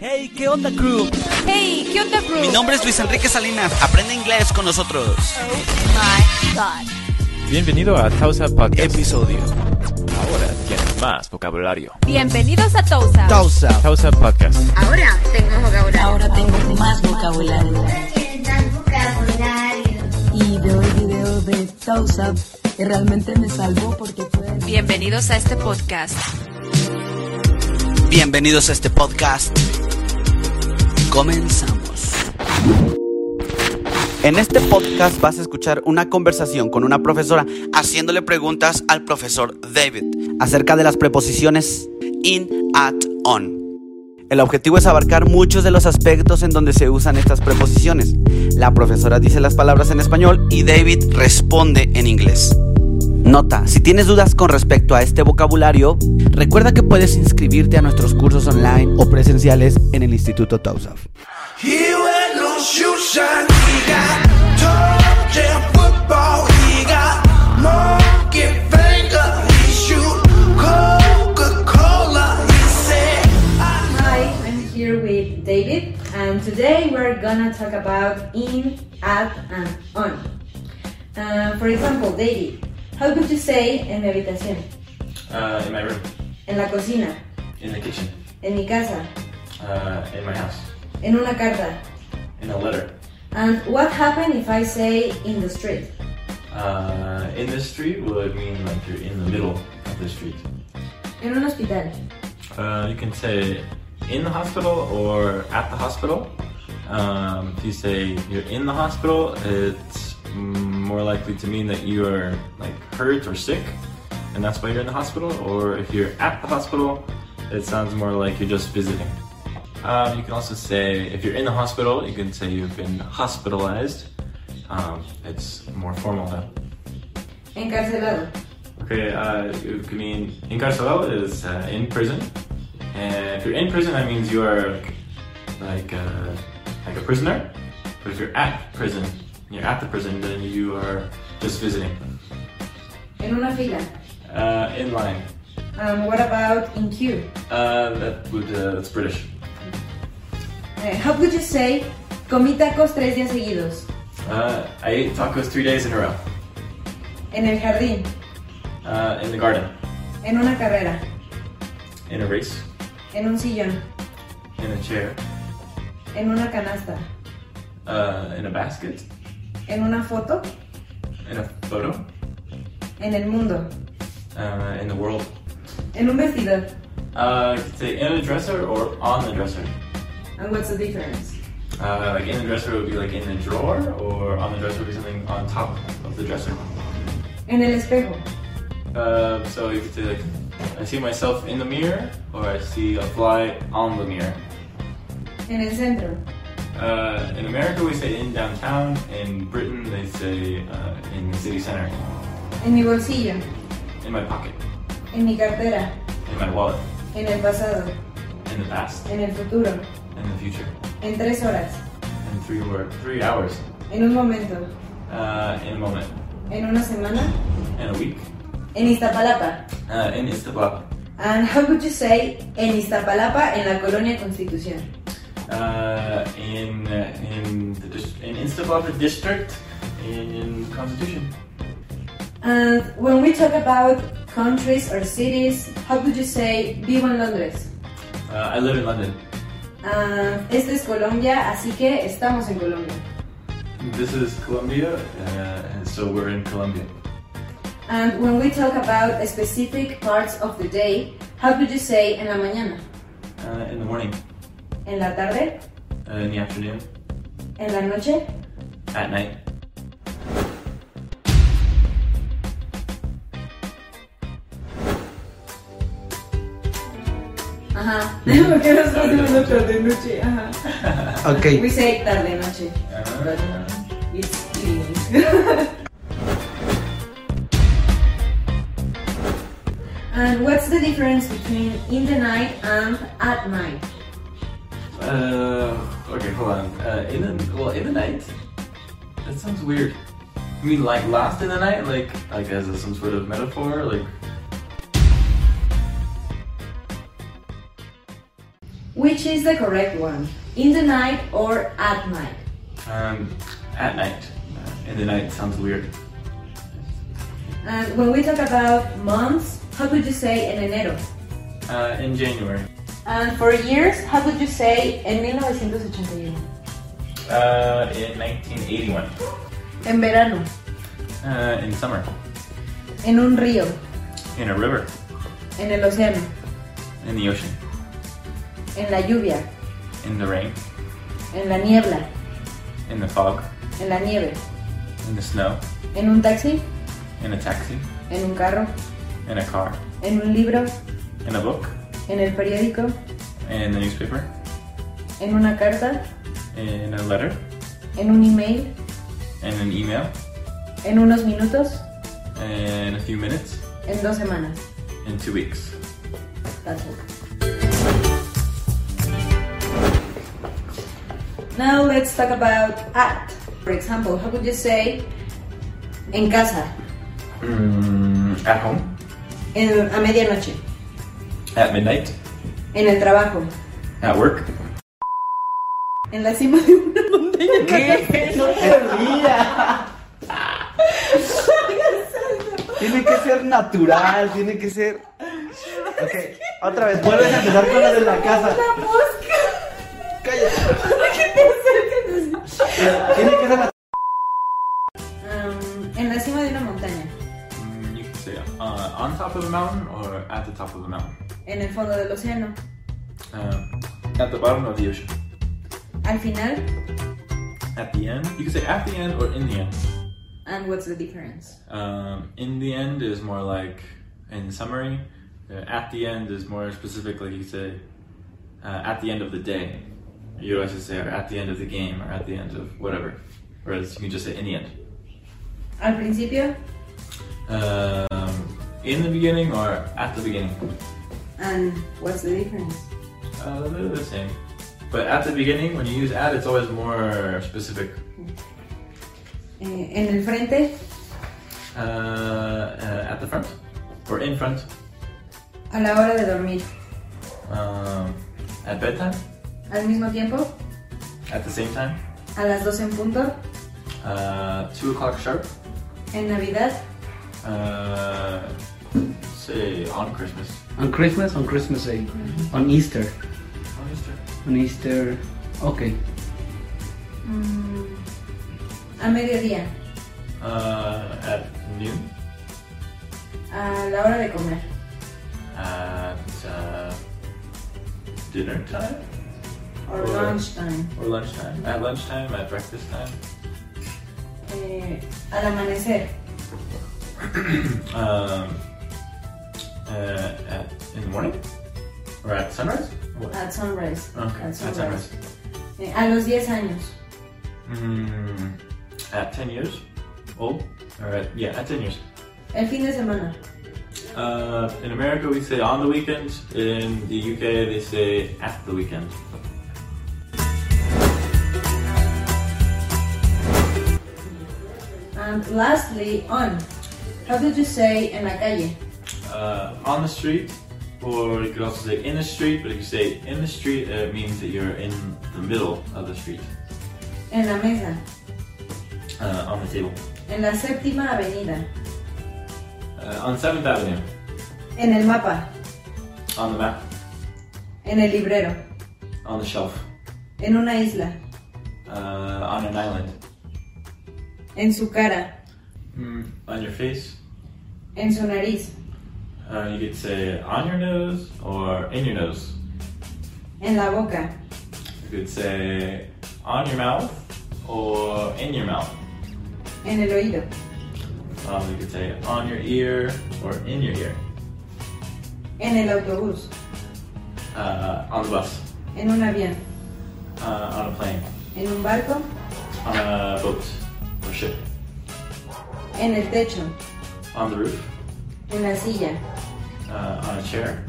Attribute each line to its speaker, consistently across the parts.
Speaker 1: Hey, ¿qué onda, crew?
Speaker 2: Hey, ¿qué onda, crew?
Speaker 3: Mi nombre es Luis Enrique Salinas. Aprende inglés con nosotros.
Speaker 2: Oh my God.
Speaker 4: Bienvenido a Tausa Podcast.
Speaker 3: Episodio.
Speaker 4: Ahora tienes más vocabulario.
Speaker 2: Bienvenidos a Tousa.
Speaker 1: Tausa.
Speaker 4: Tausa Podcast.
Speaker 5: Ahora tengo vocabulario.
Speaker 6: Ahora tengo más vocabulario
Speaker 5: vocabulario.
Speaker 6: y veo el video de Tausab que realmente me salvó porque fue...
Speaker 2: Bienvenidos a este podcast.
Speaker 3: Bienvenidos a este podcast. Comenzamos. En este podcast vas a escuchar una conversación con una profesora haciéndole preguntas al profesor David acerca de las preposiciones in, at, on. El objetivo es abarcar muchos de los aspectos en donde se usan estas preposiciones. La profesora dice las palabras en español y David responde en inglés. Nota, si tienes dudas con respecto a este vocabulario, recuerda que puedes inscribirte a nuestros cursos online o presenciales en el Instituto Tausaf.
Speaker 7: He went on shoe shine. He got touch and football. He got monkey finger. He shoot Coca Cola. He said,
Speaker 8: Hi, I'm here with David, and today we're gonna talk about in, at, and on. Uh, for example, David, how could you say en mi habitación,
Speaker 9: Uh, in my room,
Speaker 8: en la cocina,
Speaker 9: in the kitchen,
Speaker 8: en mi casa,
Speaker 9: uh, in my house,
Speaker 8: en una carta?
Speaker 9: in a letter,
Speaker 8: And what happened if I say in the street?
Speaker 9: uh, in the street would mean like you're in the middle of the street.
Speaker 8: En un hospital,
Speaker 9: Uh, you can say in the hospital or at the hospital. Um, if you say you're in the hospital, it's mm, more likely to mean that you are like hurt or sick, and that's why you're in the hospital. Or if you're at the hospital, it sounds more like you're just visiting. Um, you can also say if you're in the hospital, you can say you've been hospitalized. Um, it's more formal though.
Speaker 8: encarcelado,
Speaker 9: Okay, uh, it could mean encarcelado is uh, in prison, and if you're in prison, that means you are like uh, like a prisoner. But if you're at prison, you're at the prison, then you are just visiting.
Speaker 8: en una fila.
Speaker 9: Uh, in line.
Speaker 8: Um, what about in queue?
Speaker 9: Uh, that would uh, that's British.
Speaker 8: Uh, how could you say comí tacos tres días seguidos?
Speaker 9: Uh, I ate tacos three days in a row.
Speaker 8: En el jardín,
Speaker 9: Uh, in the garden,
Speaker 8: en una carrera,
Speaker 9: in a race,
Speaker 8: en un sillón,
Speaker 9: in a chair,
Speaker 8: en una canasta.
Speaker 9: uh, in a basket,
Speaker 8: en una foto,
Speaker 9: in a photo,
Speaker 8: en el mundo,
Speaker 9: uh, in the world.
Speaker 8: en un vestido.
Speaker 9: Uh, you could say in a dresser or on the dresser.
Speaker 8: And what's the difference?
Speaker 9: Uh, like in the dresser would be like in the drawer, or on the dresser would be something on top of the dresser.
Speaker 8: En el espejo,
Speaker 9: Uh, so you could say like, I see myself in the mirror, or I see a fly on the mirror.
Speaker 8: en el centro,
Speaker 9: Uh, in America we say in downtown. In Britain they say uh, in the city center.
Speaker 8: en mi bolsillo,
Speaker 9: In my pocket.
Speaker 8: en mi cartera,
Speaker 9: In my wallet.
Speaker 8: en el pasado,
Speaker 9: In the past.
Speaker 8: en el futuro,
Speaker 9: In the future.
Speaker 8: en tres horas,
Speaker 9: In three wor- three hours.
Speaker 8: en un momento,
Speaker 9: Uh, in a moment.
Speaker 8: en una semana,
Speaker 9: In a week.
Speaker 8: en Iztapalapa.
Speaker 9: Uh, in Istanbul.
Speaker 8: And how could you say en Iztapalapa en la colonia Constitución?
Speaker 9: Uh, in uh, in the dis- in Instablogger district in Constitution.
Speaker 8: And when we talk about countries or cities, how could you say vivo en Londres?
Speaker 9: Uh, I live in London.
Speaker 8: And esto es Colombia, así que estamos en Colombia.
Speaker 9: This is Colombia, uh, and so we're in Colombia.
Speaker 8: And when we talk about specific parts of the day, how could you say en la mañana,
Speaker 9: Uh, in the morning,
Speaker 8: en la tarde,
Speaker 9: uh, in the afternoon,
Speaker 8: en la noche?
Speaker 9: at night.
Speaker 8: Ajá. ¿Por qué nos hacemos la tarde noche? Ajá.
Speaker 1: Ok.
Speaker 8: We say tarde noche.
Speaker 9: Uh,
Speaker 8: It's evening. and what's the difference between in the night and at night?
Speaker 9: uh, okay, hold on. Uh, in the well, in the night. That sounds weird. You mean like lost in the night, like like as a, some sort of metaphor, like.
Speaker 8: Which is the correct one? In the night or at night?
Speaker 9: Um, at night. Uh, in the night sounds weird.
Speaker 8: And when we talk about months, how could you say en enero?
Speaker 9: Uh, in January.
Speaker 8: And for years, how could you say en 1981?
Speaker 9: Uh, in 1981.
Speaker 8: En verano,
Speaker 9: Uh, in summer.
Speaker 8: en un río,
Speaker 9: In a river.
Speaker 8: en el océano,
Speaker 9: In the ocean.
Speaker 8: en la lluvia,
Speaker 9: In the rain.
Speaker 8: en la niebla,
Speaker 9: In the fog.
Speaker 8: en la nieve,
Speaker 9: In the snow.
Speaker 8: en un taxi,
Speaker 9: In a taxi.
Speaker 8: en un carro,
Speaker 9: In a car.
Speaker 8: en un libro,
Speaker 9: In a book.
Speaker 8: en el periódico,
Speaker 9: In the newspaper.
Speaker 8: en una carta,
Speaker 9: In a letter.
Speaker 8: en un email,
Speaker 9: In an email.
Speaker 8: en unos minutos,
Speaker 9: In a few minutes.
Speaker 8: en dos semanas.
Speaker 9: In two weeks.
Speaker 8: That's all. Now let's talk about at. For example, how would you say en casa,
Speaker 9: Mm, at home.
Speaker 8: en, a medianoche,
Speaker 9: At midnight.
Speaker 8: en el trabajo,
Speaker 9: At work.
Speaker 8: en la cima de una montaña?
Speaker 3: ¡No te rías! Tiene que ser natural, tiene que ser. Ok, otra vez, vuelves a empezar con la de la casa.
Speaker 8: ¡Una mosca!
Speaker 3: Cállate.
Speaker 8: ¿Por qué te acercas así?
Speaker 3: Tiene que ser la.
Speaker 8: Um, en la cima de una montaña,
Speaker 9: Mm, you can say uh, on top of a mountain or at the top of a mountain.
Speaker 8: en el fondo del océano,
Speaker 9: Uh, at the bottom of the ocean.
Speaker 8: al final,
Speaker 9: At the end. You can say at the end or in the end.
Speaker 8: and what's the difference?
Speaker 9: Um, in the end is more like in summary. Uh, at the end is more specifically you say uh, at the end of the day. You also say or at the end of the game or at the end of whatever. Whereas you can just say in the end.
Speaker 8: Al principio,
Speaker 9: Um, in the beginning or at the beginning.
Speaker 8: and what's the difference?
Speaker 9: Uh, they're the same. But at the beginning, when you use at, it's always more specific.
Speaker 8: Eh, en el frente,
Speaker 9: Uh, uh, at the front or in front.
Speaker 8: a la hora de dormir,
Speaker 9: Um, at bedtime.
Speaker 8: al mismo tiempo,
Speaker 9: At the same time.
Speaker 8: a las 12 en punto,
Speaker 9: Uh, two o'clock sharp.
Speaker 8: en Navidad,
Speaker 9: Uh, say on Christmas.
Speaker 1: On Christmas, on Christmas Day, on Easter,
Speaker 9: On Easter.
Speaker 1: on Easter. Okay.
Speaker 8: mm, a mediodía,
Speaker 9: Uh, at noon.
Speaker 8: a la hora de comer,
Speaker 9: At uh, dinner time
Speaker 8: or
Speaker 9: Or-
Speaker 8: lunchtime,
Speaker 9: or lunchtime. At lunchtime. At breakfast time.
Speaker 8: eh, al amanecer,
Speaker 9: Um, uh, at, in the morning or at sunrise. What?
Speaker 8: at sunrise,
Speaker 9: Okay.
Speaker 8: at
Speaker 9: At
Speaker 8: sunrise.
Speaker 9: sunrise.
Speaker 8: Eh, a los 10 años,
Speaker 9: Mm, at ten years old. Or at yeah, at ten years.
Speaker 8: el fin de semana,
Speaker 9: Uh, in America, we say on the weekend. In the UK, they say at the weekend.
Speaker 8: and lastly, on. How did you say en la calle?
Speaker 9: Uh, on the street, or you could also say in the street, but if you say in the street, uh, it means that you're in the middle of the street,
Speaker 8: En la mesa,
Speaker 9: uh, on the table.
Speaker 8: en la séptima avenida,
Speaker 9: Uh, on 7th Avenue,
Speaker 8: en el mapa,
Speaker 9: on the map,
Speaker 8: en el librero,
Speaker 9: on the shelf,
Speaker 8: en una isla,
Speaker 9: uh, on an island,
Speaker 8: en su cara,
Speaker 9: mm, on your face.
Speaker 8: en su nariz,
Speaker 9: Uh, you could say on your nose or in your nose.
Speaker 8: en la boca,
Speaker 9: You could say on your mouth or in your mouth.
Speaker 8: en el oído,
Speaker 9: Um, you could say on your ear or in your ear.
Speaker 8: en el autobús,
Speaker 9: Uh, on the bus,
Speaker 8: en un avión,
Speaker 9: uh, on a plane,
Speaker 8: en un barco,
Speaker 9: on a boat or ship,
Speaker 8: en el techo,
Speaker 9: on the roof,
Speaker 8: en la silla.
Speaker 9: uh, on a chair,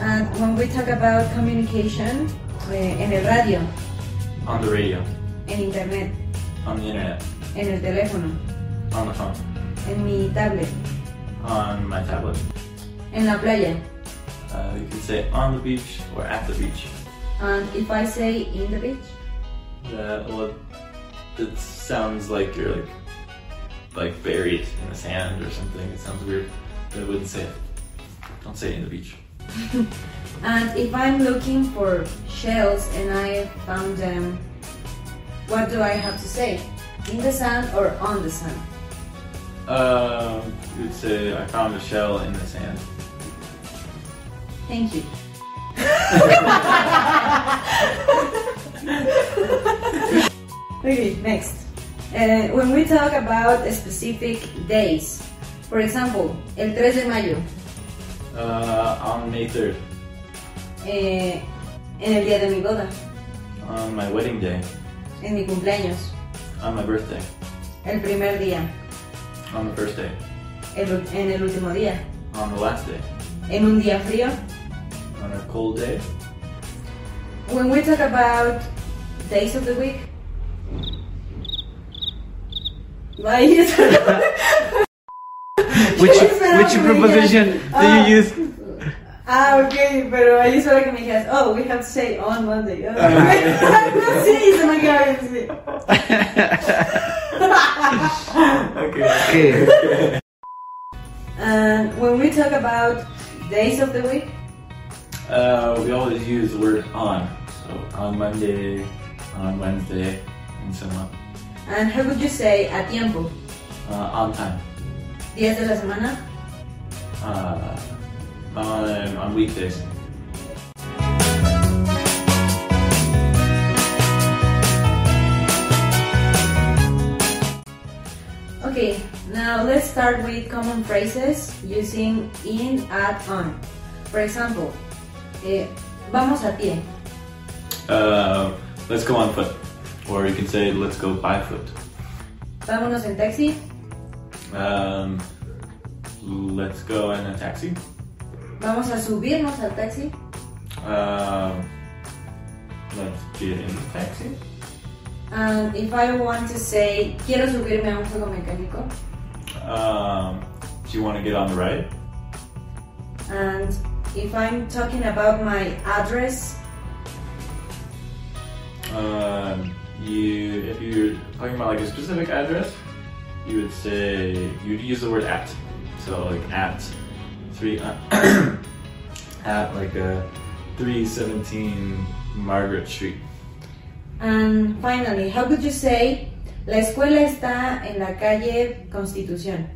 Speaker 8: And when we talk about communication, eh, en el radio,
Speaker 9: on the radio,
Speaker 8: en internet,
Speaker 9: on the internet,
Speaker 8: en el teléfono,
Speaker 9: on the phone,
Speaker 8: en mi tablet,
Speaker 9: on my tablet.
Speaker 8: en la playa,
Speaker 9: Uh, you could say on the beach or at the beach,
Speaker 8: And if I say in the beach,
Speaker 9: That well, Uh, it sounds like you're like like buried in the sand or something. It sounds weird. But I wouldn't say it. Don't say it in the beach.
Speaker 8: and if I'm looking for shells and I found them, what do I have to say? In the sand or on the sand?
Speaker 9: Um, you would say I found a shell in the sand.
Speaker 8: Thank you. okay, next. Uh, when we talk about specific days, for example, el 3 de mayo,
Speaker 9: Uh, on May third,
Speaker 8: eh, en el día de mi boda,
Speaker 9: on my wedding day,
Speaker 8: en mi cumpleaños,
Speaker 9: on my birthday,
Speaker 8: el primer día,
Speaker 9: on the first day,
Speaker 8: el ul- en el último día,
Speaker 9: on the last day,
Speaker 8: en un día frío.
Speaker 9: on a cold day.
Speaker 8: When we talk about days of the week, Bye.
Speaker 1: Which
Speaker 8: Yo esperaba
Speaker 1: which
Speaker 8: que me
Speaker 1: preposition
Speaker 8: dijeras,
Speaker 1: do
Speaker 8: "Ah".
Speaker 1: you use?
Speaker 8: Ah, ok, pero ahí solo que me dijeras, oh, we have to say on Monday. Oh,
Speaker 1: Ah.
Speaker 8: no, sí, se me acaba de decir.
Speaker 9: Okay.
Speaker 1: Okay.
Speaker 8: And Uh, when we talk about days of the week,
Speaker 9: Uh, we always use the word on. So on Monday, on Wednesday, and so on.
Speaker 8: and how would you say a tiempo?
Speaker 9: Uh, on time.
Speaker 8: Días de la semana?
Speaker 9: Uh, on, uh, on weekdays.
Speaker 8: Okay, now let's start with common phrases using in, at, on. For example, eh, vamos a pie.
Speaker 9: Uh, let's go on foot. Or you can say let's go by foot.
Speaker 8: Vámonos en taxi.
Speaker 9: Um, let's go in a taxi.
Speaker 8: Vamos a subirnos al taxi.
Speaker 9: Um, let's get in the taxi.
Speaker 8: And if I want to say, quiero subirme a un fuego mecánico.
Speaker 9: Um, do you want to get on the right?
Speaker 8: And if I'm talking about my address,
Speaker 9: Um, you, if you're talking about like a specific address, you would say you'd use the word at. So like at three uh, at like a three seventeen Margaret Street.
Speaker 8: and finally, how could you say, la escuela está en la calle Constitución?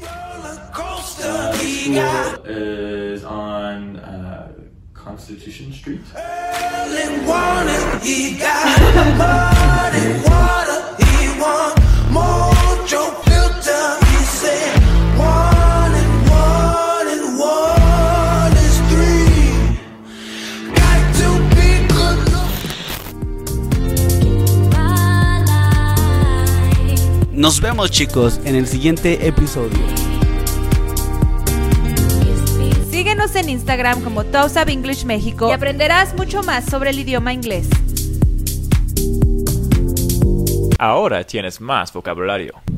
Speaker 7: Roller coaster,
Speaker 9: Uh,
Speaker 7: we got
Speaker 9: school is on uh, Constitution Street.
Speaker 7: and wanted, he got mud and water, he want mojo filter, he said one and one and one is three. Got to be good looking.
Speaker 3: Nos vemos chicos en el siguiente episodio.
Speaker 2: Síguenos en Instagram como Tausab English México y aprenderás mucho más sobre el idioma inglés.
Speaker 4: Ahora tienes más vocabulario.